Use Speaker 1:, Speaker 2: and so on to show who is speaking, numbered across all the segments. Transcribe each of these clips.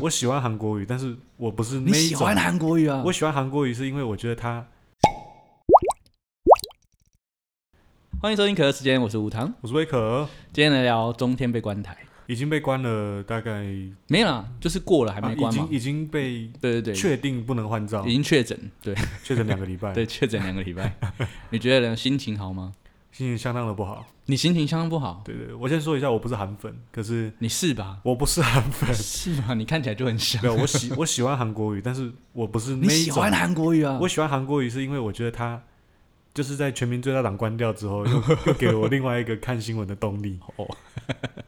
Speaker 1: 我喜欢韩国语，但是我不是
Speaker 2: 你
Speaker 1: 那一
Speaker 2: 喜
Speaker 1: 种
Speaker 2: 欢。韩国语啊？
Speaker 1: 我喜欢韩国语是因为我觉得它，
Speaker 2: 欢迎收听可乐时间，我是吴糖。
Speaker 1: 我是威可，
Speaker 2: 今天来聊中天被关台，
Speaker 1: 已经被关了大概
Speaker 2: 没有啦，就是过了还没
Speaker 1: 啊、已
Speaker 2: 关嘛。
Speaker 1: 经已经被
Speaker 2: 对对对，
Speaker 1: 确定不能换照
Speaker 2: 已，经确诊，对
Speaker 1: 确诊两个礼拜，
Speaker 2: 对，确诊两个 礼拜。你觉得呢？心情好吗？
Speaker 1: 心情相当的不好。
Speaker 2: 你心情相当不好，
Speaker 1: 对对，我先说一下，我不是韩粉，可是
Speaker 2: 你 是吧？，
Speaker 1: 我不是韩粉
Speaker 2: 是吧？你看起来就很像
Speaker 1: 没。有，我喜我喜欢韩国语，但是我不是
Speaker 2: 你
Speaker 1: 那一
Speaker 2: 喜
Speaker 1: 种
Speaker 2: 欢。韩国语啊？
Speaker 1: 我喜欢韩国语是因为我觉得它就是在全民最大党关掉之 后，又又给了我另外一个看新闻的动力。
Speaker 2: 哦，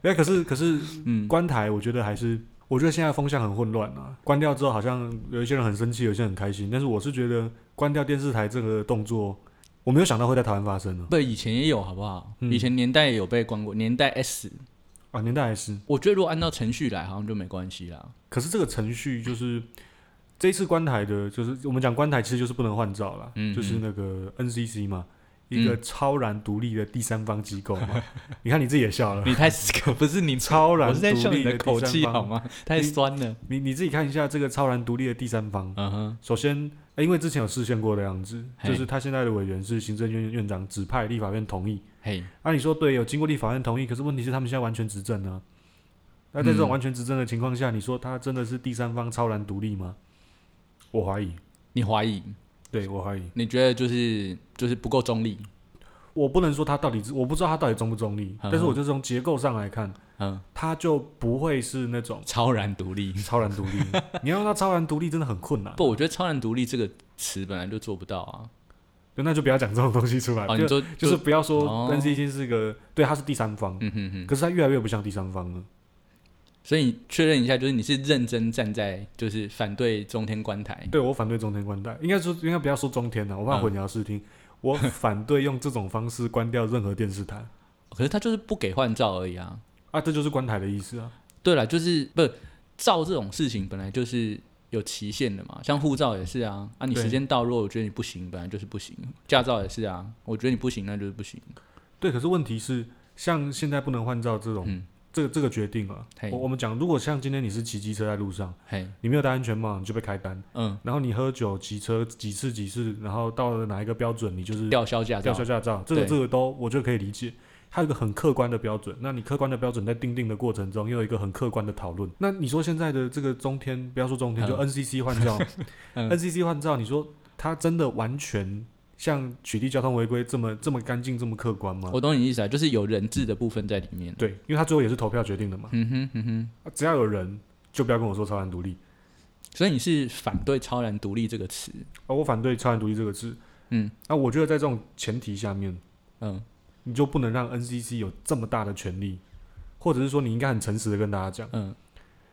Speaker 1: 那可是可是
Speaker 2: 嗯，
Speaker 1: 关台，我觉得还是，我觉得现在风向很混乱啊。关掉之后，好像有一些人很生气，有些人很开心。但是我是觉得关掉电视台这个动作，我没有想到会在台湾发生啊呢。
Speaker 2: 不，以前也有好不好？
Speaker 1: 嗯
Speaker 2: 以前年代也有被关过，年代 S，
Speaker 1: 啊，年代还是，
Speaker 2: 我觉得如果按照程序来，好像就没关 系啦。
Speaker 1: 可是这个程序就是这一次关台的，就是我们讲关台其实就是不能换照啦，
Speaker 2: 嗯
Speaker 1: 就是那个 NCC 嘛。一个超然独立的第三方机构 嘛，你看你自己也笑了。
Speaker 2: 你 太死磕不是你
Speaker 1: 超然
Speaker 2: 我是在
Speaker 1: 独
Speaker 2: 笑
Speaker 1: 立
Speaker 2: 你的
Speaker 1: 第
Speaker 2: 口
Speaker 1: 三
Speaker 2: 气
Speaker 1: 方
Speaker 2: 好？吗？太酸了。
Speaker 1: 你你自己看一下这个超然独立的第三方。
Speaker 2: 嗯哼，
Speaker 1: 首先，呃因为之前有视线过的样子，
Speaker 2: 嘿
Speaker 1: 就是他现在的委员是行政院院长指派立法院同意。
Speaker 2: 嘿，
Speaker 1: 按理说，对，有经过立法院同意，可是问题是他们现在完全执政呢、那在这种
Speaker 2: 嗯
Speaker 1: 完全执政的情况下，你说他真的是第三方超然独立吗？我怀疑，
Speaker 2: 你怀疑？
Speaker 1: 对我怀疑，
Speaker 2: 你觉得就是就是不够中立？
Speaker 1: 我不能说他到底是，我不知道他到底中不中立，
Speaker 2: 嗯哼
Speaker 1: 但是我就从结构上来看，
Speaker 2: 嗯，
Speaker 1: 他就不会是那种
Speaker 2: 超然独立。
Speaker 1: 超然独立。你要让他超然独立，真的很困难。
Speaker 2: 不，我觉得“超然独立”这个词本来就做不到啊。
Speaker 1: 对那就不要讲这种东西出来，
Speaker 2: 哦，你
Speaker 1: 啊就
Speaker 2: 说
Speaker 1: 就是不要说
Speaker 2: 哦
Speaker 1: NCC 是个，对，它是第三方，
Speaker 2: 嗯哼哼。
Speaker 1: 可是它越来越不像第三方了。
Speaker 2: 所以你确认一下，就是你是认真站在就是反对中天观台。
Speaker 1: 对我反对中天关带，应该说应该不要说中天啊了，我怕
Speaker 2: 嗯
Speaker 1: 混淆视听。我反对用这种方式关掉任何电视台
Speaker 2: 可是他就是不给换照而已啊。
Speaker 1: 啊，这就是关台的意思啊。
Speaker 2: 对了，就是不照这种事情本来就是有期限的嘛，像护照也是啊。啊，你
Speaker 1: 对
Speaker 2: 时间到，如果我觉得你不行，本来就是不行。驾照也是啊，我觉得你不行，那就是不行。
Speaker 1: 对，可是问题是，像现在不能换照这种，
Speaker 2: 嗯
Speaker 1: 这个这个决定啊，
Speaker 2: 嘿
Speaker 1: 我我们讲，如果像今天你是骑机车在路上，
Speaker 2: 嘿，
Speaker 1: 你没有戴安全帽，你就被开单；
Speaker 2: 嗯，
Speaker 1: 然后你喝酒、骑车几次几次，然后到了哪一个标准，你就是
Speaker 2: 吊销驾
Speaker 1: 吊
Speaker 2: 照
Speaker 1: 销。驾照，这个
Speaker 2: 对
Speaker 1: 这个都我觉得可以理解。它有一个很客观的标准，那你客观的标准在定定的过程中，又有一个很客观的讨论。那你说现在的这个中天，不要说中天，
Speaker 2: 嗯
Speaker 1: 就 NCC 换 照
Speaker 2: 嗯
Speaker 1: ，NCC 换照，你说它真的完全像取缔交通违规这么这么干净、这么客观吗？
Speaker 2: 我懂你意思啊，就是有人质的部分在里面。
Speaker 1: 对，因为它最后也是投票决定的嘛。
Speaker 2: 嗯哼嗯哼，
Speaker 1: 啊只要有人，就不要跟我说超然独立。
Speaker 2: 所以你是反对“超然独立”这个词？
Speaker 1: 啊，我反对超然独立这个字。
Speaker 2: 嗯，
Speaker 1: 那、我觉得在这种前提下面，
Speaker 2: 嗯，
Speaker 1: 你就不能让 NCC 有这么大的权利，或者是说你应该很诚实的跟大家讲。
Speaker 2: 嗯，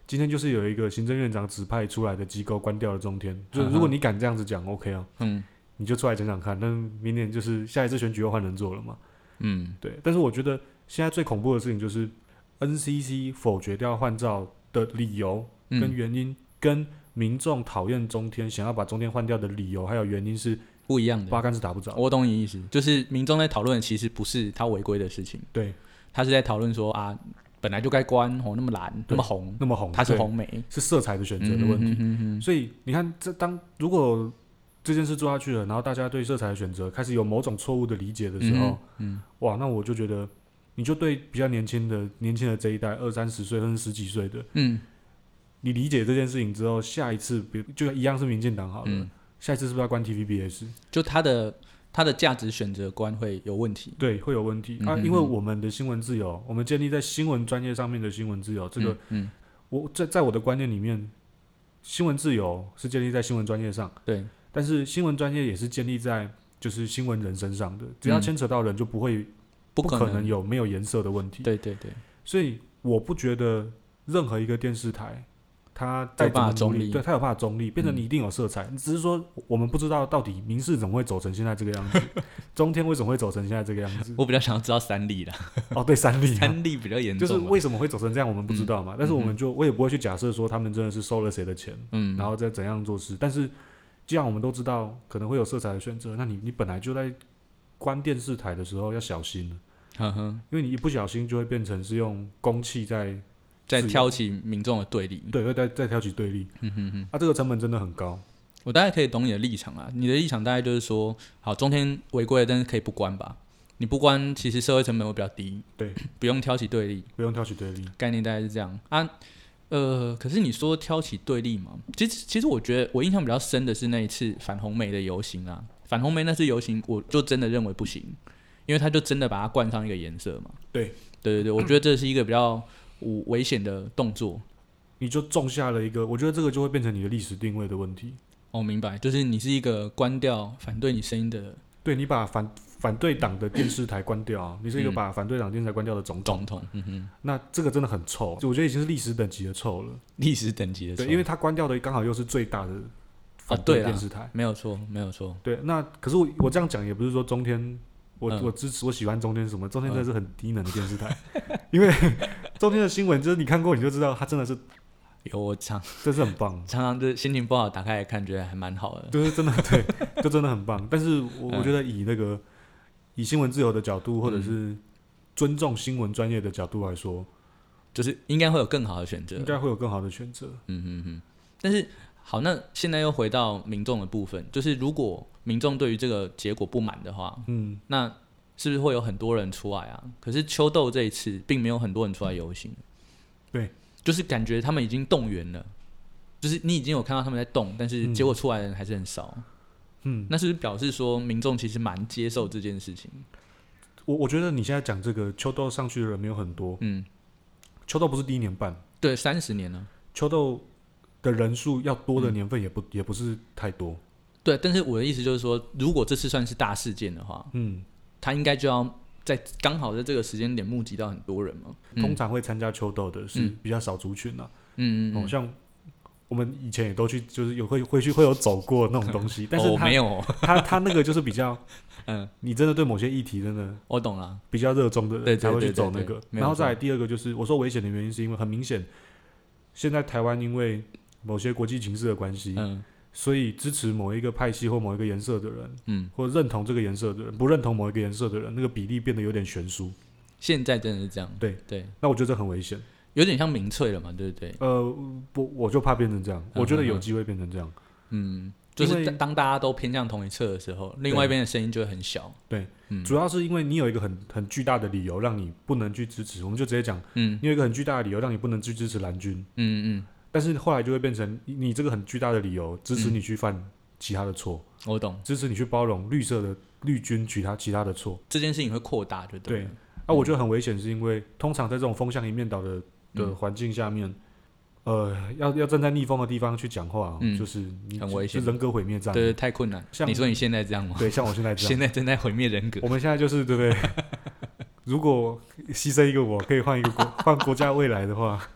Speaker 1: 今天就是有一个行政院长指派出来的机构关掉了中天，就
Speaker 2: 嗯哼
Speaker 1: 如果你敢这样子讲，OK 啊，
Speaker 2: 嗯
Speaker 1: 你就出来讲讲看。但明年就是下一次选举又换人做了嘛，
Speaker 2: 嗯，
Speaker 1: 对。但是我觉得现在最恐怖的事情就是 NCC 否决掉换照的理由
Speaker 2: 嗯
Speaker 1: 跟原因，跟民众讨厌中天想要把中天换掉的理由还有原因是
Speaker 2: 不一样的。
Speaker 1: 八竿子打不着。
Speaker 2: 我懂你意思，就是民众在讨论，其实不是他违规的事情，
Speaker 1: 对，
Speaker 2: 他是在讨论说啊，本来就该关，哦，那么蓝，那么红，
Speaker 1: 那么红，
Speaker 2: 他是
Speaker 1: 对，
Speaker 2: 红梅
Speaker 1: 是色彩的选择的问题。
Speaker 2: 嗯嗯嗯嗯
Speaker 1: 所以你看，这当如果这件事做下去了，然后大家对色彩的选择开始有某种错误的理解的时候，
Speaker 2: 嗯
Speaker 1: 哇，那我就觉得，你就对比较年轻的、年轻的这一代，二三十岁甚至十几岁的，
Speaker 2: 嗯
Speaker 1: 你理解这件事情之后，下一次比就一样是民进党好了，
Speaker 2: 嗯，
Speaker 1: 下一次是不是要关 TVBS？
Speaker 2: 就他的他的价值选择观会有问题。
Speaker 1: 对，会有问题、
Speaker 2: 嗯
Speaker 1: 啊，
Speaker 2: 哼
Speaker 1: 因为
Speaker 2: 哼
Speaker 1: 我们的新闻自由，我们建立在新闻专业上面的新闻自由，这个、
Speaker 2: 嗯，
Speaker 1: 我在在我的观念里面，新闻自由是建立在新闻专业上，
Speaker 2: 嗯对，
Speaker 1: 但是新闻专业也是建立在。就是新闻人身上的，只要
Speaker 2: 嗯
Speaker 1: 牵扯到人，就不会
Speaker 2: 不
Speaker 1: 不
Speaker 2: 可
Speaker 1: 可能。有没有颜色的问题。
Speaker 2: 对对对，
Speaker 1: 所以我不觉得任何一个电视台，它再
Speaker 2: 有
Speaker 1: 怎
Speaker 2: 办
Speaker 1: 么
Speaker 2: 法
Speaker 1: 努
Speaker 2: 中
Speaker 1: 力，
Speaker 2: 立
Speaker 1: 对它有办法中立，变成
Speaker 2: 嗯
Speaker 1: 你一定有色彩。只是说我们不知道到底民视怎么会走成现在这个 样子，中天为什么会走成现在这个样子？
Speaker 2: 我比较想要知道三例啦，
Speaker 1: 哦，对，三立、啊。
Speaker 2: 三例比较严
Speaker 1: 就是
Speaker 2: 重啊。
Speaker 1: 为什么会走成这样，我们不知道嘛。但是我们就我也不会去假设说他们真的是收了谁的钱，
Speaker 2: 嗯，
Speaker 1: 然后再怎样做事。但是既然我们都知道可能会有色彩的选择，那你你本来就在关电视台的时候要小心了。
Speaker 2: 呵呵，
Speaker 1: 因为你一不小心就会变成是用公器在
Speaker 2: 在
Speaker 1: 自由
Speaker 2: 挑起民众的对立。
Speaker 1: 对，会再再挑起对立。
Speaker 2: 嗯哼哼，
Speaker 1: 啊，这个成本真的很高。
Speaker 2: 我大概可以懂你的立场啊，你的立场大概就是说，好，中天违规了，但是可以不关吧？你不关，其实社会成本会比较低，
Speaker 1: 对，
Speaker 2: 不用挑起对立，
Speaker 1: 不用挑起对立，
Speaker 2: 概念大概是这样啊。呃，可是你说挑起对立嘛？其实，其实我觉得我印象比较深的是那一次反红梅的游行啊。反红梅那次游行，我就真的认为不行，因为他就真的把它冠上一个颜色嘛。
Speaker 1: 对，
Speaker 2: 对对对，我觉得这是一个比较危危险的动作。
Speaker 1: 你就种下了一个，我觉得这个就会变成你的历史定位的问题。
Speaker 2: 我、明白，就是你是一个关掉反对你声音的
Speaker 1: 对你把反反对党的电视台关掉啊，你是一个把反对党电视台关掉的总统，
Speaker 2: 嗯总统，嗯哼，
Speaker 1: 那这个真的很臭，我觉得已经是历史等级的臭了。
Speaker 2: 历史等级的错，啊
Speaker 1: 对，因为他关掉的刚好又是最大的反
Speaker 2: 对啦
Speaker 1: 电视台。
Speaker 2: 没有错，没有错，
Speaker 1: 对，那可是我我这样讲也不是说中天，我、
Speaker 2: 嗯
Speaker 1: 我支持我喜欢中天是什么，中天真的是很低能的电视台， 因为中天的新闻就是你看过你就知道，它真的是
Speaker 2: 有我常
Speaker 1: 真是很棒，
Speaker 2: 常常就是心情不好，打开来看，觉得还蛮好的。
Speaker 1: 就是真的对，就真的很棒。但是我
Speaker 2: 嗯
Speaker 1: 我觉得以那个以新闻自由的角度，或者
Speaker 2: 嗯
Speaker 1: 是尊重新闻专业的角度来说，
Speaker 2: 就是应该会有更好的选择
Speaker 1: 应。该会有更好的选择。
Speaker 2: 嗯嗯嗯。但是好，那现在又回到民众的部分，就是如果民众对于这个结果不满的话，
Speaker 1: 嗯，
Speaker 2: 那是不是会有很多人出来啊？可是秋豆这一次并没有很多人出来游行，
Speaker 1: 对，
Speaker 2: 就是感觉他们已经动员了。就是你已经有看到他们在动，但是
Speaker 1: 嗯
Speaker 2: 结果出来的人还是很少。
Speaker 1: 嗯，
Speaker 2: 那是不是表示说民众其实蛮接受这件事情？
Speaker 1: 我我觉得你现在讲这个秋豆上去的人没有很多，
Speaker 2: 嗯，
Speaker 1: 秋豆不是第一年办，
Speaker 2: 对，三十年了。
Speaker 1: 秋豆的人数要多
Speaker 2: 嗯
Speaker 1: 的年份也不、也不是太多。
Speaker 2: 对，但是我的意思就是说，如果这次算是大事件的话，
Speaker 1: 嗯，
Speaker 2: 他应该就要在刚好在这个时间点募集到很多人嘛。
Speaker 1: 通常会参加秋斗的是
Speaker 2: 嗯
Speaker 1: 比较少族群啊，
Speaker 2: 嗯嗯
Speaker 1: 哦，
Speaker 2: 嗯，
Speaker 1: 像我们以前也都去，就是有会会去会有走过那种东 西，但是
Speaker 2: 我
Speaker 1: 他、
Speaker 2: 哦没有，
Speaker 1: 他他那个就是比较，
Speaker 2: 嗯，
Speaker 1: 你真的对某些议题真的
Speaker 2: 我懂了。
Speaker 1: 比较热衷的
Speaker 2: 对
Speaker 1: 人
Speaker 2: 对
Speaker 1: 才会去
Speaker 2: 对
Speaker 1: 走
Speaker 2: 对
Speaker 1: 那
Speaker 2: 对
Speaker 1: 个，
Speaker 2: 没有
Speaker 1: 然后
Speaker 2: 错
Speaker 1: 再来第二个就是我说危险的原因是因为很明显，现在台湾因为某些国际情势的关系，
Speaker 2: 嗯
Speaker 1: 所以支持某一个派系或某一个颜色的人，
Speaker 2: 嗯，
Speaker 1: 或认同这个颜色的人，不认同某一个颜色的人，那个比例变得有点悬殊，
Speaker 2: 现在真的是这样。
Speaker 1: 对
Speaker 2: 对，
Speaker 1: 那我觉得这很危险。
Speaker 2: 有点像民粹了嘛，对不对？
Speaker 1: 呃，我我就怕变成这样，我觉得有
Speaker 2: 嗯嗯嗯
Speaker 1: 机会变成这样。
Speaker 2: 嗯，就
Speaker 1: 因
Speaker 2: 是
Speaker 1: 为
Speaker 2: 当当大家都偏向同一侧的时候，另外一边的声音就会很小。
Speaker 1: 对，
Speaker 2: 嗯
Speaker 1: 主要是因为你有一个很很巨大的理由让你不能去支持，我们就直接讲，
Speaker 2: 嗯
Speaker 1: 你有一个很巨大的理由让你不能去支持蓝军，
Speaker 2: 嗯嗯，
Speaker 1: 但是后来就会变成你你这个很巨大的理由支持你去犯其他的错，
Speaker 2: 我懂，
Speaker 1: 支持你去包容绿色的绿军其他其他的错。
Speaker 2: 这件事情会扩大，就了。
Speaker 1: 啊，我觉得很危险，是因为通常在这种风向一面倒的的
Speaker 2: 嗯
Speaker 1: 环境下面，呃，要要站在逆风的地方去讲话，哦
Speaker 2: 嗯
Speaker 1: 就是你
Speaker 2: 很危险
Speaker 1: 是人格毁灭战。
Speaker 2: 对对，太困难。
Speaker 1: 像
Speaker 2: 你说你现在这样吗？
Speaker 1: 对，像啊我现在这 样
Speaker 2: 现，在正在毁灭人格
Speaker 1: 我。们现在就是对不 对？如果牺牲一个我，可以换一个国 换国家未来的话，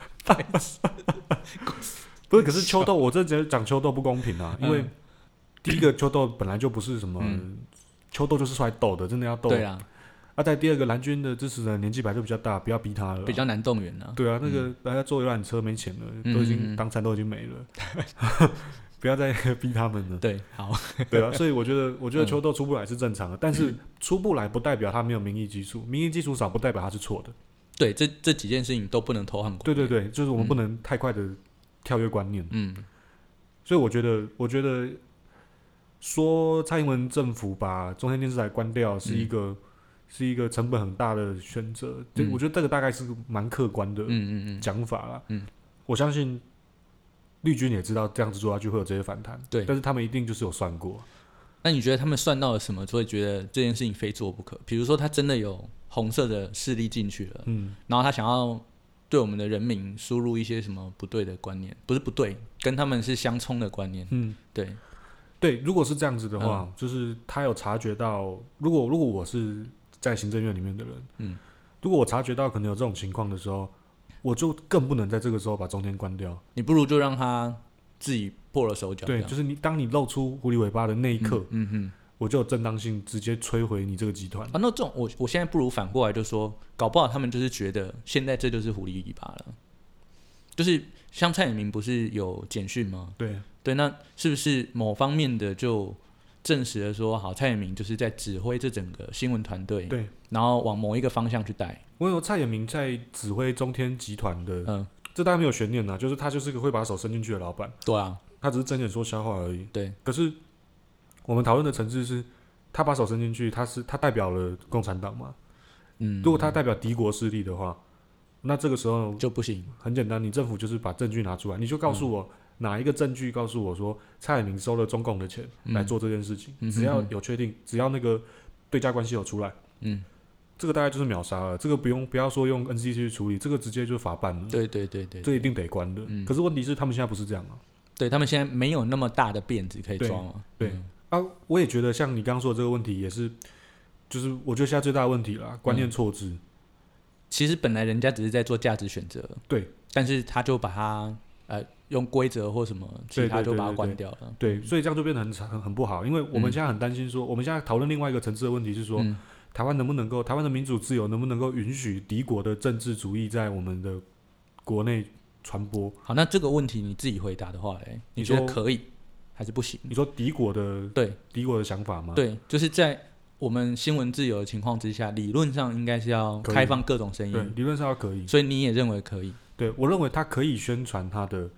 Speaker 1: 不是？可是秋豆，我真的觉得讲秋豆不公平啊！因为
Speaker 2: 嗯
Speaker 1: 第一个秋豆本来就不是什么
Speaker 2: 嗯
Speaker 1: 秋豆，就是出来斗的，真的要斗。
Speaker 2: 对啊，
Speaker 1: 啊，在第二个蓝军的支持人年纪本来就比较大，不要逼他了啊。
Speaker 2: 比较难动员啊。
Speaker 1: 对啊，那个大家坐游览车没钱了，都已
Speaker 2: 嗯嗯
Speaker 1: 经
Speaker 2: 嗯
Speaker 1: 当餐都已经没了， 不要再逼他们了。
Speaker 2: 对，好，
Speaker 1: 对啊，所以我觉得，我觉得
Speaker 2: 嗯
Speaker 1: 秋豆出不来是正常的，但是出不来不代表他没有民意基础，民意基础少不代表他是错的。
Speaker 2: 对，这这几件事情都不能偷换过。
Speaker 1: 对对对，就是我们
Speaker 2: 嗯
Speaker 1: 不能太快的跳跃观念。
Speaker 2: 嗯，
Speaker 1: 所以我觉得，我觉得说蔡英文政府把中天电视台关掉是
Speaker 2: 嗯
Speaker 1: 一个、是一个成本很大的选择，这、
Speaker 2: 嗯
Speaker 1: 我觉得这个大概是蛮客观的
Speaker 2: 嗯嗯嗯，
Speaker 1: 讲法啦。
Speaker 2: 嗯
Speaker 1: 我相信绿军也知道这样子做下去会有这些反弹，
Speaker 2: 对
Speaker 1: 但是他们一定就是有算过。
Speaker 2: 那你觉得他们算到了什么，所以觉得这件事情非做不可？比如说，他真的有红色的势力进去了，
Speaker 1: 嗯，
Speaker 2: 然后他想要对我们的人民输入一些什么不对的观念，不是不对，跟他们是相冲的观念。
Speaker 1: 嗯，
Speaker 2: 对，
Speaker 1: 对，如果是这样子的
Speaker 2: 嗯
Speaker 1: 话，就是他有察觉到，如果如果我是在行政院里面的人，
Speaker 2: 嗯，
Speaker 1: 如果我察觉到可能有这种情况的时候，我就更不能在这个时候把中天关掉。
Speaker 2: 你不如就让他自己破了手脚。
Speaker 1: 对，
Speaker 2: 这样
Speaker 1: 就是你当你露出狐狸尾巴的那一刻，
Speaker 2: 嗯嗯
Speaker 1: 我就有正当性直接摧毁你这个集团
Speaker 2: 嗯。。啊，那这种我我现在不如反过来就说，搞不好他们就是觉得现在这就是狐狸尾巴了，就是像蔡衍明不是有简讯吗？
Speaker 1: 对，
Speaker 2: 对，那是不是某方面的就证实了说，好，蔡衍明就是在指挥这整个新闻团队，
Speaker 1: 对，
Speaker 2: 然后往某一个方向去带，
Speaker 1: 我有蔡衍明在指挥中天集团的
Speaker 2: 嗯
Speaker 1: 这大家没有悬念呐、就是他就是个会把手伸进去的老板，
Speaker 2: 对啊，
Speaker 1: 他只是睁眼说瞎话而已。
Speaker 2: 对，
Speaker 1: 可是我们讨论的层次是，他把手伸进去，他是他代表了共产党嘛？
Speaker 2: 嗯，
Speaker 1: 如果他代表敌国势力的话，那这个时候
Speaker 2: 就不行，
Speaker 1: 很简单，你政府就是把证据拿出来，你就告诉我、哪一个证据告诉我说蔡海明收了中共的钱
Speaker 2: 嗯
Speaker 1: 来做这件事情，
Speaker 2: 嗯哼
Speaker 1: 只要有确定，只要那个对价关系有出来，
Speaker 2: 嗯，
Speaker 1: 这个大概就是秒杀了，这个不用不要说用 NCC 去处理，这个直接就法办了，
Speaker 2: 对对对对，
Speaker 1: 这一定得关的。
Speaker 2: 嗯
Speaker 1: 可是问题是他们现在不是这样啊，
Speaker 2: 对他们现在没有那么大的辫子可以
Speaker 1: 对
Speaker 2: 抓嘛，
Speaker 1: 对
Speaker 2: 嗯
Speaker 1: 啊，我也觉得像你刚刚说的这个问题也是，就是我觉得现在最大的问题啦，观
Speaker 2: 嗯
Speaker 1: 念错置。
Speaker 2: 其实本来人家只是在做价值选择，
Speaker 1: 对，
Speaker 2: 但是他就把它呃用规则或什么其
Speaker 1: 对
Speaker 2: 他
Speaker 1: 对
Speaker 2: 就
Speaker 1: 对
Speaker 2: 把它
Speaker 1: 对
Speaker 2: 关
Speaker 1: 对
Speaker 2: 掉了。
Speaker 1: 对，所以这样就变得很很很不好，因为我们现在很担心说，我们现在讨论另外一个层次的问题是说，
Speaker 2: 嗯
Speaker 1: 台湾能不能够，台湾的民主自由能不能够允许敌国的政治主义在我们的国内传播？
Speaker 2: 好，那这个问题你自己回答的话，哎，你
Speaker 1: 你
Speaker 2: 觉得
Speaker 1: 说
Speaker 2: 可以还是不行？
Speaker 1: 你说敌国的
Speaker 2: 对
Speaker 1: 敌国的想法吗？，
Speaker 2: 对，就是在我们新闻自由的情况之下，理论上应该是要
Speaker 1: 可以
Speaker 2: 开放各种声
Speaker 1: 对，
Speaker 2: 音，
Speaker 1: 理论上要可以。
Speaker 2: 所以你也认为可以
Speaker 1: 对我认为他可以宣传他的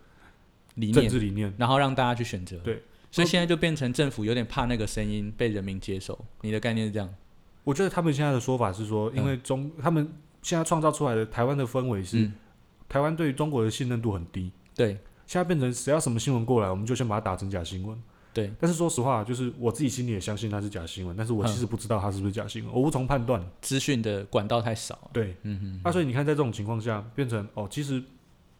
Speaker 2: 理
Speaker 1: 政
Speaker 2: 念，
Speaker 1: 治理念，
Speaker 2: 然后让大家去选择。
Speaker 1: 对，
Speaker 2: 所以现在就变成政府有点怕那个声音被人民接受。你的概念是这样？
Speaker 1: 我觉得他们现在的说法是
Speaker 2: 嗯
Speaker 1: 说，因为中、他们现在创造出来的台湾的氛围是，
Speaker 2: 嗯
Speaker 1: 台湾对于中国的信任度很低，
Speaker 2: 对
Speaker 1: 现在变成只要什么新闻过来，我们就先把它打成假新闻。
Speaker 2: 对，
Speaker 1: 但是说实话，就是我自己心里也相信它是假新闻，但是我
Speaker 2: 嗯
Speaker 1: 其实不知道它是不是假新闻，我无从判断。
Speaker 2: 资讯的管道太少了。
Speaker 1: 对，
Speaker 2: 嗯哼。
Speaker 1: 啊，所以你看，在这种情况下，变成哦，其实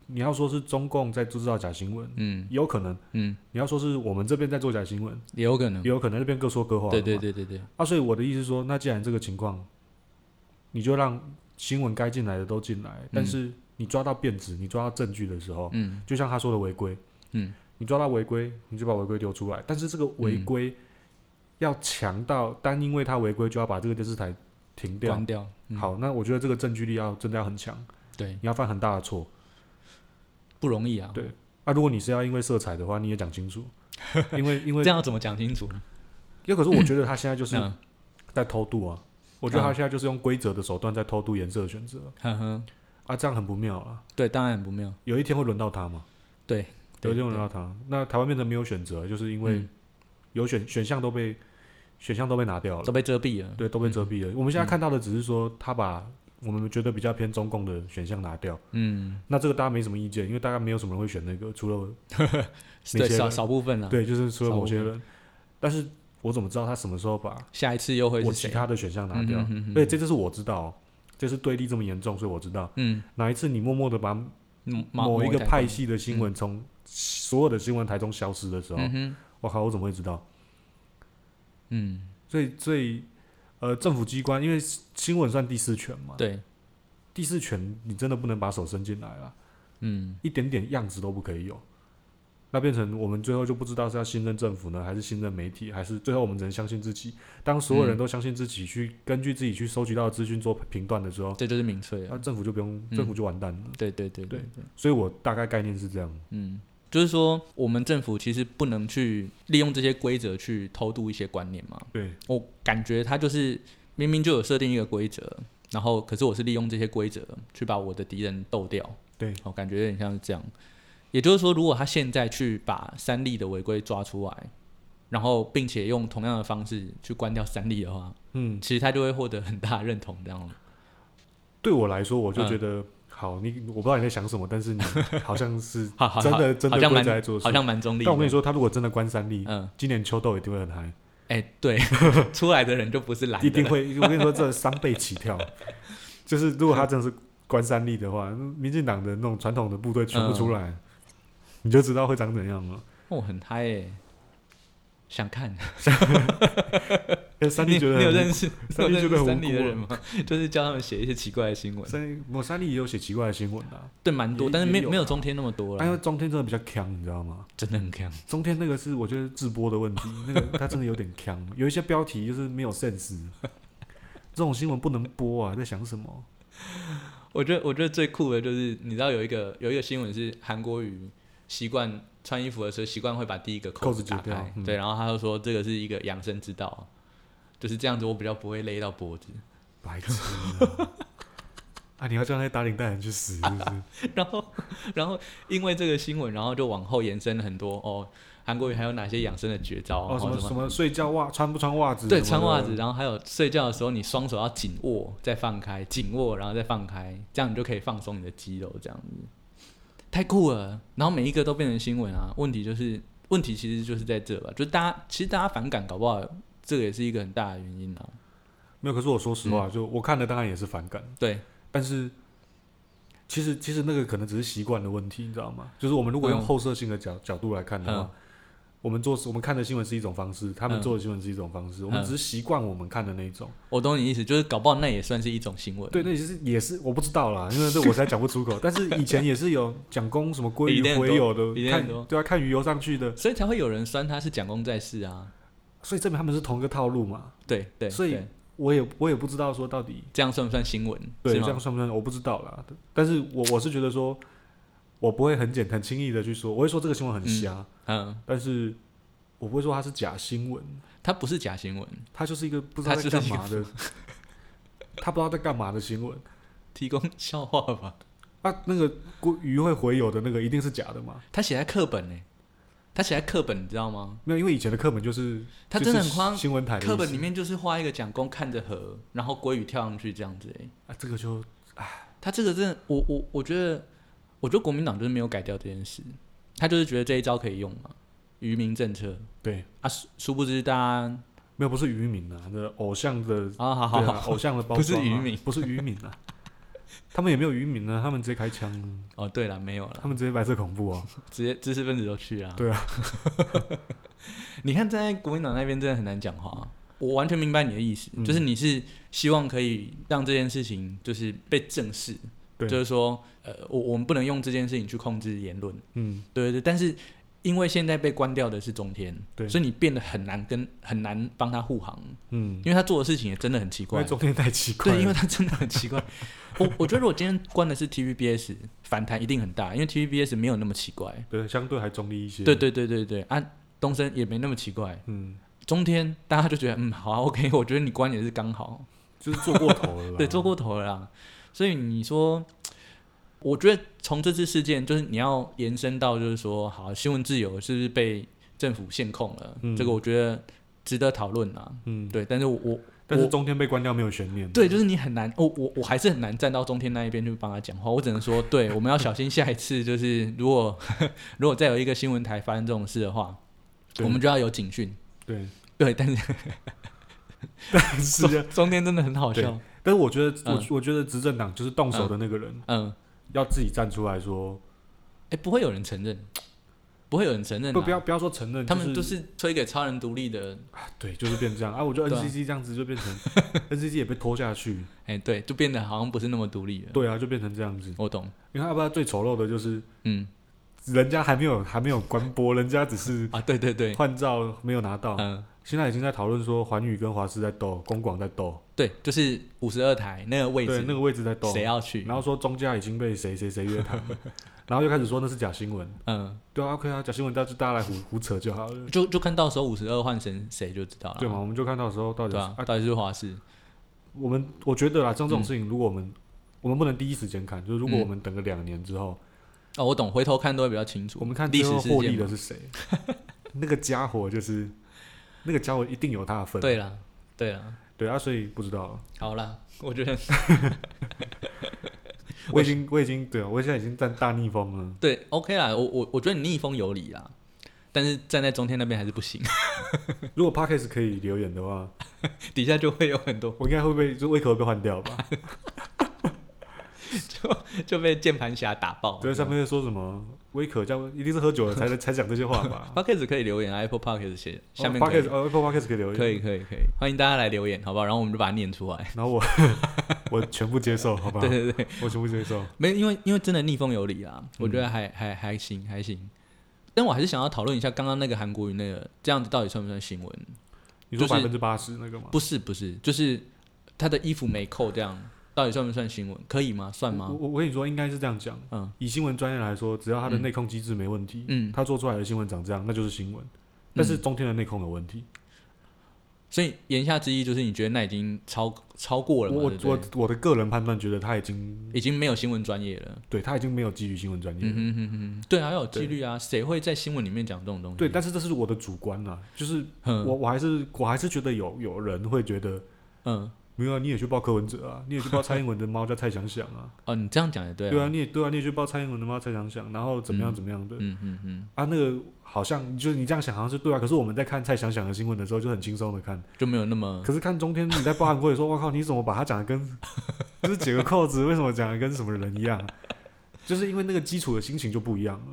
Speaker 1: 你要说是中共在制造假新闻，
Speaker 2: 嗯
Speaker 1: 也有可能；
Speaker 2: 嗯，
Speaker 1: 你要说是我们这边在做假新闻，
Speaker 2: 也有可能
Speaker 1: 也。有可能，那边各说各话。
Speaker 2: 对对。对对对，
Speaker 1: 啊，所以我的意思是说，那既然这个情况，你就让新闻该进来的都进来，但是你抓到辫子，你抓到证据的时候，
Speaker 2: 嗯
Speaker 1: 就像他说的违规，
Speaker 2: 嗯，
Speaker 1: 你抓到违规，你就把违规丢出来。但是这个违规要强到单因为他违规就要把这个电视台停掉
Speaker 2: 关。掉。嗯，
Speaker 1: 好，那我觉得这个证据力要真的要很强，
Speaker 2: 对，
Speaker 1: 你要犯很大的错。
Speaker 2: 不容易啊。
Speaker 1: 对啊，如果你是要因为色彩的话，你也讲清楚，因为因为
Speaker 2: 这样要怎么讲清楚呢？
Speaker 1: 因为可是我觉得他现在就是
Speaker 2: 嗯
Speaker 1: 在偷渡啊，我觉得他
Speaker 2: 嗯
Speaker 1: 现在就是用规则的手段在偷渡颜色的选择
Speaker 2: 呵呵，
Speaker 1: 啊，这样很不妙啊。
Speaker 2: 对，当然很不妙。
Speaker 1: 有一天会轮到他嘛？
Speaker 2: 对，
Speaker 1: 有
Speaker 2: 对
Speaker 1: 一天会轮到他。那台湾变成没有选择，就是因为
Speaker 2: 嗯
Speaker 1: 有选选项都被选项都被拿掉了
Speaker 2: 都。被遮蔽了。
Speaker 1: 对，都被遮蔽了。我
Speaker 2: 嗯
Speaker 1: 们现在看到的只是说，他把我们觉得比较偏中共的选项拿掉，
Speaker 2: 嗯，
Speaker 1: 那这个大家没什么意见，因为大概没有什么人会选那个，除了些
Speaker 2: 对，少
Speaker 1: 人
Speaker 2: 少部分啊。，
Speaker 1: 对，就是除了某些
Speaker 2: 少部
Speaker 1: 人。但是我怎么知道他什么时候把
Speaker 2: 下一次又会
Speaker 1: 我
Speaker 2: 是
Speaker 1: 其
Speaker 2: 谁？
Speaker 1: 他的选项拿
Speaker 2: 嗯
Speaker 1: 掉？
Speaker 2: 哼哼哼
Speaker 1: 对，这次是我知道哦，这次对立这么严重，所以我知道
Speaker 2: 嗯，
Speaker 1: 哪一次你默默的把
Speaker 2: 嗯某
Speaker 1: 某一个
Speaker 2: 台
Speaker 1: 派
Speaker 2: 方
Speaker 1: 系的新闻从所有的新闻台中消失的时候，
Speaker 2: 嗯哼，
Speaker 1: 我靠，我怎么会知道？
Speaker 2: 嗯，
Speaker 1: 所以，所以呃，政府机关因为新闻算第四权嘛，
Speaker 2: 对，
Speaker 1: 第四权你真的不能把手伸进来了。
Speaker 2: 嗯，
Speaker 1: 一点点样子都不可以有。那变成我们最后就不知道是要信任政府呢，还是信任媒体，还是最后我们只能相信自己。当所
Speaker 2: 嗯
Speaker 1: 有人都相信自己，去根据自己去收集到的资讯做评断的时候，
Speaker 2: 这就是民粹
Speaker 1: 那
Speaker 2: 啊。
Speaker 1: 政府就不用，
Speaker 2: 嗯
Speaker 1: 政府就完蛋了。
Speaker 2: 对对对
Speaker 1: 对所以我大概概念是这样。
Speaker 2: 嗯，就是说，我们政府其实不能去利用这些规则去偷渡一些观念嘛。
Speaker 1: 对，
Speaker 2: 我感觉他就是明明就有设定一个规则，然后可是我是利用这些规则去把我的敌人斗掉。
Speaker 1: 对，
Speaker 2: 我、感觉有点像是这样。也就是说，如果他现在去把三例的违规抓出来，然后并且用同样的方式去关掉三例的话，
Speaker 1: 嗯，
Speaker 2: 其实他就会获得很大的认同，这样。
Speaker 1: 对我来说，我
Speaker 2: 嗯
Speaker 1: 就觉得、好，你我不知道你在想什么，但是 你好像是
Speaker 2: 好 好好，
Speaker 1: 真的真
Speaker 2: 好
Speaker 1: 的
Speaker 2: 像
Speaker 1: 规则在
Speaker 2: 蛮
Speaker 1: 做事
Speaker 2: 好。像蛮中立的。
Speaker 1: 但我跟你说，他如果真的关三例，
Speaker 2: 嗯，
Speaker 1: 今年秋豆一定会很 嗨，
Speaker 2: 哎、对，出来的人就不是来的，
Speaker 1: 一定。会。我跟你说，这三倍起 跳，就是如果他真的是关三立的话，民进党的那种传统的部队全部
Speaker 2: 嗯
Speaker 1: 出来，你就知道会长怎样了。
Speaker 2: 哦，很嗨哎、想看。
Speaker 1: 因为三
Speaker 2: 你
Speaker 1: 立觉得
Speaker 2: 你有
Speaker 1: 很
Speaker 2: 认识
Speaker 1: 三
Speaker 2: 你
Speaker 1: 立
Speaker 2: 有
Speaker 1: 觉得很
Speaker 2: 认识三立
Speaker 1: 无辜
Speaker 2: 的
Speaker 1: 啊
Speaker 2: 人吗？ 就是叫他们写一些奇怪的新闻，
Speaker 1: 三立，我三立也有写奇怪的新闻的、啊，
Speaker 2: 对，蛮多，
Speaker 1: 也
Speaker 2: 但是没
Speaker 1: 也有啊
Speaker 2: 没有中天那么多
Speaker 1: 但因为
Speaker 2: 了，
Speaker 1: 中天真的比较强，你知道吗？
Speaker 2: 真的很强。
Speaker 1: 中天那个是我觉得直播的问题， 那个他真的有点强，有一些标题就是没有 sense，这种新闻不能播啊，在想什么？
Speaker 2: 我觉得我觉得最酷的就是，你知道有一个有一个新闻是韩国瑜习惯穿衣服的时候习惯会把第一个
Speaker 1: 扣
Speaker 2: 子
Speaker 1: 子
Speaker 2: 打
Speaker 1: 解掉
Speaker 2: 开，
Speaker 1: 嗯
Speaker 2: 对，然后他就说这个是一个养生之道，就是这样子我比较不会勒到脖子。
Speaker 1: 白痴、啊！啊，你要叫那些打领带人去死，是不 是？
Speaker 2: 然后，然后因为这个新闻，然后就往后延伸了很多哦，韩国瑜还有哪些养生的绝招
Speaker 1: 哦，
Speaker 2: 然
Speaker 1: 什
Speaker 2: 后
Speaker 1: 么什么睡觉袜穿不穿袜子？
Speaker 2: 对，穿袜子，。然后还有睡觉的时候，你双手要紧握再放开，紧握然后再放开，这样你就可以放松你的肌肉，这样子太酷了。然后每一个都变成新闻啊，问题就是问题其实就是在这吧，就是大家其实大家反感，搞不好这个也是一个很大的原因啊。
Speaker 1: 没有，可是我说实话，
Speaker 2: 嗯
Speaker 1: 就我看了，当然也是反感，
Speaker 2: 对，
Speaker 1: 但是其实其实那个可能只是习惯的问题，你知道吗？就是我们如果用
Speaker 2: 嗯
Speaker 1: 后设性的角、角度来看的话，
Speaker 2: 嗯
Speaker 1: 我们做我们看的新闻是一种方式，他们
Speaker 2: 嗯
Speaker 1: 做的新闻是一种方式，我们
Speaker 2: 嗯
Speaker 1: 只是习惯我们看的那一种。
Speaker 2: 我懂你意思，就是搞不好那也算是一种新闻。
Speaker 1: 对，那其实也是我不知道啦，因为这我实在讲不 出口。但是以前也是有蒋公什么鲑
Speaker 2: 一定
Speaker 1: 鱼
Speaker 2: 很多
Speaker 1: 洄游的，
Speaker 2: 一定很多
Speaker 1: 看对啊，看鱼游上去的，
Speaker 2: 所以才会有人酸他是蒋公在世啊。
Speaker 1: 所以证明他们是同一个套路嘛。
Speaker 2: 对对，
Speaker 1: 所以
Speaker 2: 对
Speaker 1: 我也我也不知道说到底
Speaker 2: 这样算不算新闻？
Speaker 1: 对
Speaker 2: 是
Speaker 1: 这
Speaker 2: 吗
Speaker 1: 样算不算，我不知道啦。但是我我是觉得说，我不会很简很轻易的去说，我会说这个新闻很瞎，
Speaker 2: 嗯，
Speaker 1: 但是我不会说它是假新闻，
Speaker 2: 它不是假新闻，
Speaker 1: 它就是一个不知道
Speaker 2: 它
Speaker 1: 在
Speaker 2: 就是
Speaker 1: 干
Speaker 2: 一个
Speaker 1: 嘛的，他不知道在干嘛的新闻。
Speaker 2: 提供笑话吧。
Speaker 1: 啊，那个鲑鱼会洄游的那个一定是假的嘛？
Speaker 2: 他写在课本呢、他写在课本，你知道吗？
Speaker 1: 没有，因为以前的课本就是
Speaker 2: 他
Speaker 1: 就是
Speaker 2: 真的很夸张
Speaker 1: 新闻台的意思
Speaker 2: 课本里面就是画一个蒋公看着河，然后鲑鱼跳上去这样子、欸。
Speaker 1: 啊，这个就
Speaker 2: 他这个真的，我我我觉得，我觉得国民党就是没有改掉这件事，他就是觉得这一招可以用嘛，渔民政策
Speaker 1: 对，
Speaker 2: 啊，殊殊不知大家
Speaker 1: 没有不是渔民啊，那偶像的
Speaker 2: 啊，好好
Speaker 1: 对
Speaker 2: 好，
Speaker 1: 啊，偶像的包装啊、
Speaker 2: 不是渔民
Speaker 1: 不是渔民啊，他们也没有渔民啊，他们直接开枪啊，
Speaker 2: 哦，对了，没有了，
Speaker 1: 他们直接白色恐怖啊。
Speaker 2: 直接知识分子都去啊。
Speaker 1: 对
Speaker 2: 啊， 你看站在国民党那边真的很难讲话啊、我完全明白你的意思，
Speaker 1: 嗯
Speaker 2: 就是你是希望可以让这件事情就是被正视，
Speaker 1: 对
Speaker 2: 就是说，呃，我我们不能用这件事情去控制言论，
Speaker 1: 嗯，
Speaker 2: 对对对。但是因为现在被关掉的是中天，
Speaker 1: 对
Speaker 2: 所以你变得很难跟很难帮他护航，
Speaker 1: 嗯
Speaker 2: 因，为他做的事情也真的很奇
Speaker 1: 因
Speaker 2: 怪
Speaker 1: 为，中天太奇怪了，
Speaker 2: 对，因为他真的很奇怪。 我我觉得如果今天关的是 TVBS，反弹一定很大，因为 TVBS 没有那么奇怪。
Speaker 1: 对相对还中立一些。
Speaker 2: 对，对对对对，啊，东升也没那么奇怪。
Speaker 1: 嗯，
Speaker 2: 中天大家就觉得，嗯，好啊，OK，我 觉得你关也是刚好，
Speaker 1: 就是做过头了啦。
Speaker 2: 对，做过头了啦。所以你说，我觉得从这次事件，就是你要延伸到，就是说，好，新闻自由是不是被政府限控了？
Speaker 1: 嗯
Speaker 2: 这个我觉得值得讨论啊。
Speaker 1: 嗯，
Speaker 2: 对，但是我我
Speaker 1: 但是
Speaker 2: 我
Speaker 1: 中天被关掉没有悬念。
Speaker 2: 对，就是你很难，我我我还是很难站到中天那一边去帮他讲话。我只能说，对，我们要小心下一次，就是如果 如果再有一个新闻台发生这种事的话，
Speaker 1: 对
Speaker 2: 我们就要有警讯。
Speaker 1: 对，
Speaker 2: 对，但是
Speaker 1: 但是啊
Speaker 2: 中中间真的很好笑。
Speaker 1: 但是我觉得
Speaker 2: 嗯
Speaker 1: 我我觉得执政党就是动手的那个人
Speaker 2: 嗯，
Speaker 1: 要自己站出来说，
Speaker 2: 哎，不会有人承认，不会有人承认、啊。
Speaker 1: 不不要不要说承认，
Speaker 2: 他们
Speaker 1: 就
Speaker 2: 都
Speaker 1: 是
Speaker 2: 是推给超人独立的。
Speaker 1: 对，就是变这样啊。我觉得
Speaker 2: 对啊
Speaker 1: NCC 这样子就变 成 NCC 也被拖下去，
Speaker 2: 哎，对，就变得好像不是那么独立了。
Speaker 1: 对啊，就变成这样子。
Speaker 2: 我懂。
Speaker 1: 你看，要不然最丑陋的就是
Speaker 2: 嗯，
Speaker 1: 人家还没有还没有关播，人家只是
Speaker 2: 啊，对对对，
Speaker 1: 换照没有拿到，
Speaker 2: 嗯，
Speaker 1: 现在已经在讨论说环宇跟华视在斗，公广在斗，
Speaker 2: 对，就是五十二台那个位
Speaker 1: 对
Speaker 2: 置，
Speaker 1: 那个位置在斗
Speaker 2: 谁，要去？
Speaker 1: 然后说中价已经被谁谁谁约谈 了，然后又开始说那是假新闻，
Speaker 2: 嗯，
Speaker 1: 对啊，OK 啊，假新闻大家大家来胡胡扯就好了，
Speaker 2: 就就看到时候五十二换成谁就知道了。
Speaker 1: 对嘛？？我们就看到时候到底
Speaker 2: 啊对
Speaker 1: 是
Speaker 2: 啊，
Speaker 1: 啊，
Speaker 2: 到底是华视？
Speaker 1: 我们我觉得啦，像这种事情，如果我们我们不能第一时间看，就是如果
Speaker 2: 嗯
Speaker 1: 我们等个两年之后，
Speaker 2: 哦，我懂，回头看都会比较清楚。
Speaker 1: 我们看
Speaker 2: 历
Speaker 1: 最
Speaker 2: 史
Speaker 1: 后
Speaker 2: 事
Speaker 1: 获
Speaker 2: 件
Speaker 1: 利的
Speaker 2: 嘛
Speaker 1: 是谁， 那个家伙就是那个家伙一定有他的份，
Speaker 2: 对啦，对啦，
Speaker 1: 对啊，所以不知道。
Speaker 2: 好啦，我觉得
Speaker 1: 我已经，我已经，对啊，我现在已经占大逆风 了。
Speaker 2: 对，OK 啦，我我我觉得你逆风有理啦，但是站在中天那边还是不行，
Speaker 1: 如果 Parkes 可以留言的话，
Speaker 2: 底下就会有很多
Speaker 1: 我应该会被就胃口会被换掉 吧？
Speaker 2: 就被键盘侠打爆。
Speaker 1: 对，上面会说什么胃口这样，一定是喝酒 了才能才讲这些话吧
Speaker 2: Podcast 可以留言啊，Apple Podcast 写 下面可以
Speaker 1: Parkes 呃 Apple Parkes 可以留言，
Speaker 2: 可以可以可以，欢迎大家来留言，好不好？然后我们就把它念出来。
Speaker 1: 然后我 我全部接受，好吧
Speaker 2: 对？ 对对，
Speaker 1: 我全部接受。
Speaker 2: 没因为因为真的逆风有理啦，我觉得还、还还行还行，但我还是想要讨论一下刚刚那个韩国语那个这样子到底算不算新闻？
Speaker 1: 你说
Speaker 2: 就
Speaker 1: 百
Speaker 2: 是
Speaker 1: 分之八十那个吗？
Speaker 2: 不是不是，就是他的衣服没扣这样，到底算不算新闻？可以吗？算
Speaker 1: 我
Speaker 2: 吗？
Speaker 1: 我我跟你说，应该是这样讲。
Speaker 2: 嗯
Speaker 1: 以新闻专业来说，只要它的
Speaker 2: 嗯
Speaker 1: 内控机制没问题，
Speaker 2: 嗯
Speaker 1: 它做出来的新闻长这样，那就是新闻。但是中天的内控有问题，
Speaker 2: 所以言下之意就是，你觉得那已经超超过了嘛？
Speaker 1: 我
Speaker 2: 对不对
Speaker 1: 我我的个人判断觉得他已经，
Speaker 2: 已经没有新闻专业了。
Speaker 1: 对他已经没有基于新闻专业了
Speaker 2: 嗯哼哼哼哼，对啊，要有纪律啊，谁会在新闻里面讲这种东西？
Speaker 1: 对，但是这是我的主观啦，就是
Speaker 2: 嗯
Speaker 1: 我我还是我还是觉得有有人会觉得，
Speaker 2: 嗯
Speaker 1: 没有啊，你也去报柯文哲啊，你也去报蔡英文的猫叫蔡想想啊，
Speaker 2: 哦，你这样讲也 对啊。
Speaker 1: 对啊，你也对啊，你也去报蔡英文的猫蔡想想，然后怎么样怎么样的、
Speaker 2: 嗯嗯嗯，
Speaker 1: 啊，那个好像就是你这样想好像是对啊，可是我们在看蔡想想的新闻的时候就很轻松的看，
Speaker 2: 就没有那么
Speaker 1: 可是看中天你在报韩国语说，我靠，你怎么把它讲的跟 就是解个扣子，为什么讲的跟什么人一样啊、就是因为那个基础的心情就不一样了，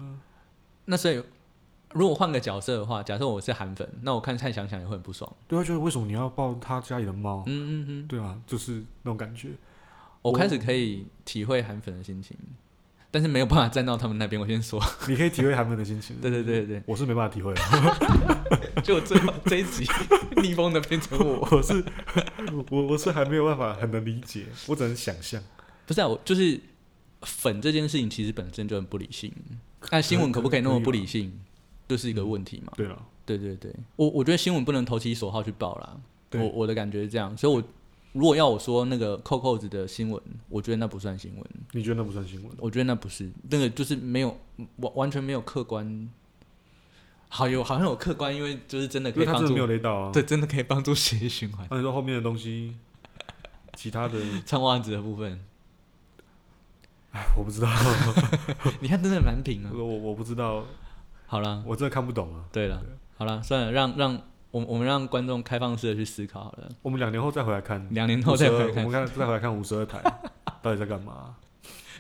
Speaker 2: 那所以，如果换个角色的话，假设我是韩粉，那我看蔡想想也会很不爽。
Speaker 1: 对啊，就是为什么你要报他家里的猫？
Speaker 2: 嗯嗯嗯，
Speaker 1: 对啊，就是那种感觉。
Speaker 2: 我
Speaker 1: 我
Speaker 2: 开始可以体会韩粉的心情，但是没有办法站到他们那边。我 先说，
Speaker 1: 你可以体会韩粉的心情。
Speaker 2: 对对对对
Speaker 1: 我是没办法体会啊的，
Speaker 2: 对，就最后这一集 逆风的变成我，
Speaker 1: 我是 我我是还没有办法很能理解，我只能想象。
Speaker 2: 不是、啊、我就是粉这件事情，其实本身就很不理性。那新闻可不可以那么不理性，就是一个问题嘛。
Speaker 1: 啊嗯对啊了，
Speaker 2: 对对对，我我觉得新闻不能投其所好去报啦。
Speaker 1: 对
Speaker 2: 我我的感觉是这样，所以我如果要我说那个扣扣子的新闻，我觉得那不算新闻，
Speaker 1: 你觉得那不算新闻？
Speaker 2: 我觉得那不是那个就是没有完完全没有客观。好有好像有客观，因为就是真的
Speaker 1: 因
Speaker 2: 可
Speaker 1: 为
Speaker 2: 以
Speaker 1: 他
Speaker 2: 帮
Speaker 1: 真的没
Speaker 2: 助，
Speaker 1: 有雷到啊。
Speaker 2: 对，真的可以帮助血液循环。
Speaker 1: 那你说后面的东西，其他的，
Speaker 2: 穿袜子的部分，
Speaker 1: 哎，我不知道，
Speaker 2: 你看真的蛮平啊。
Speaker 1: 我我不知道，
Speaker 2: 好啦，
Speaker 1: 我真的看不懂啊。
Speaker 2: 对了
Speaker 1: 对，
Speaker 2: 好啦，算了，让让我们我们让观众开放式的去思考好了。
Speaker 1: 我们两年后再回来看，
Speaker 2: 两年后再回来
Speaker 1: 52我
Speaker 2: 看
Speaker 1: 们，看再回来看五十二 台到底在干嘛？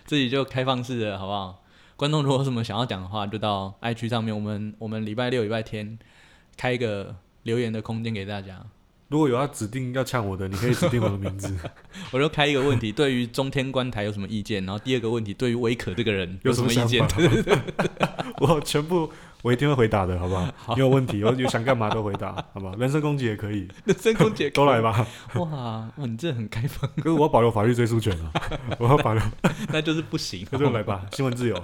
Speaker 2: 自己就开放式的好不好？观众如果有什么想要讲的话，就到 i 区上面，我们我们礼拜六、礼拜天开一个留言的空间给大家。
Speaker 1: 如果有要指定要呛我的，你可以指定我的名字。
Speaker 2: 我就开一个问题，对于中天观台有什么意见？然后第二个问题，对于维可这个人
Speaker 1: 有
Speaker 2: 什
Speaker 1: 什
Speaker 2: 么
Speaker 1: 么
Speaker 2: 意见？
Speaker 1: 想法 我全部我一定会回答的，好不好？你有问题，有有想干嘛都回 答，好不好？人身攻击也可以，
Speaker 2: 那真空姐
Speaker 1: 都来！ 吧。
Speaker 2: 哇哇，你这很开放，
Speaker 1: 可是我要保留法律追诉权啊！我要保留，
Speaker 2: 那就是不行。啊
Speaker 1: 那就来吧，新闻自由。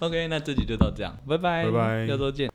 Speaker 2: OK，那这集就到这样，拜拜，
Speaker 1: 拜拜
Speaker 2: 下周见。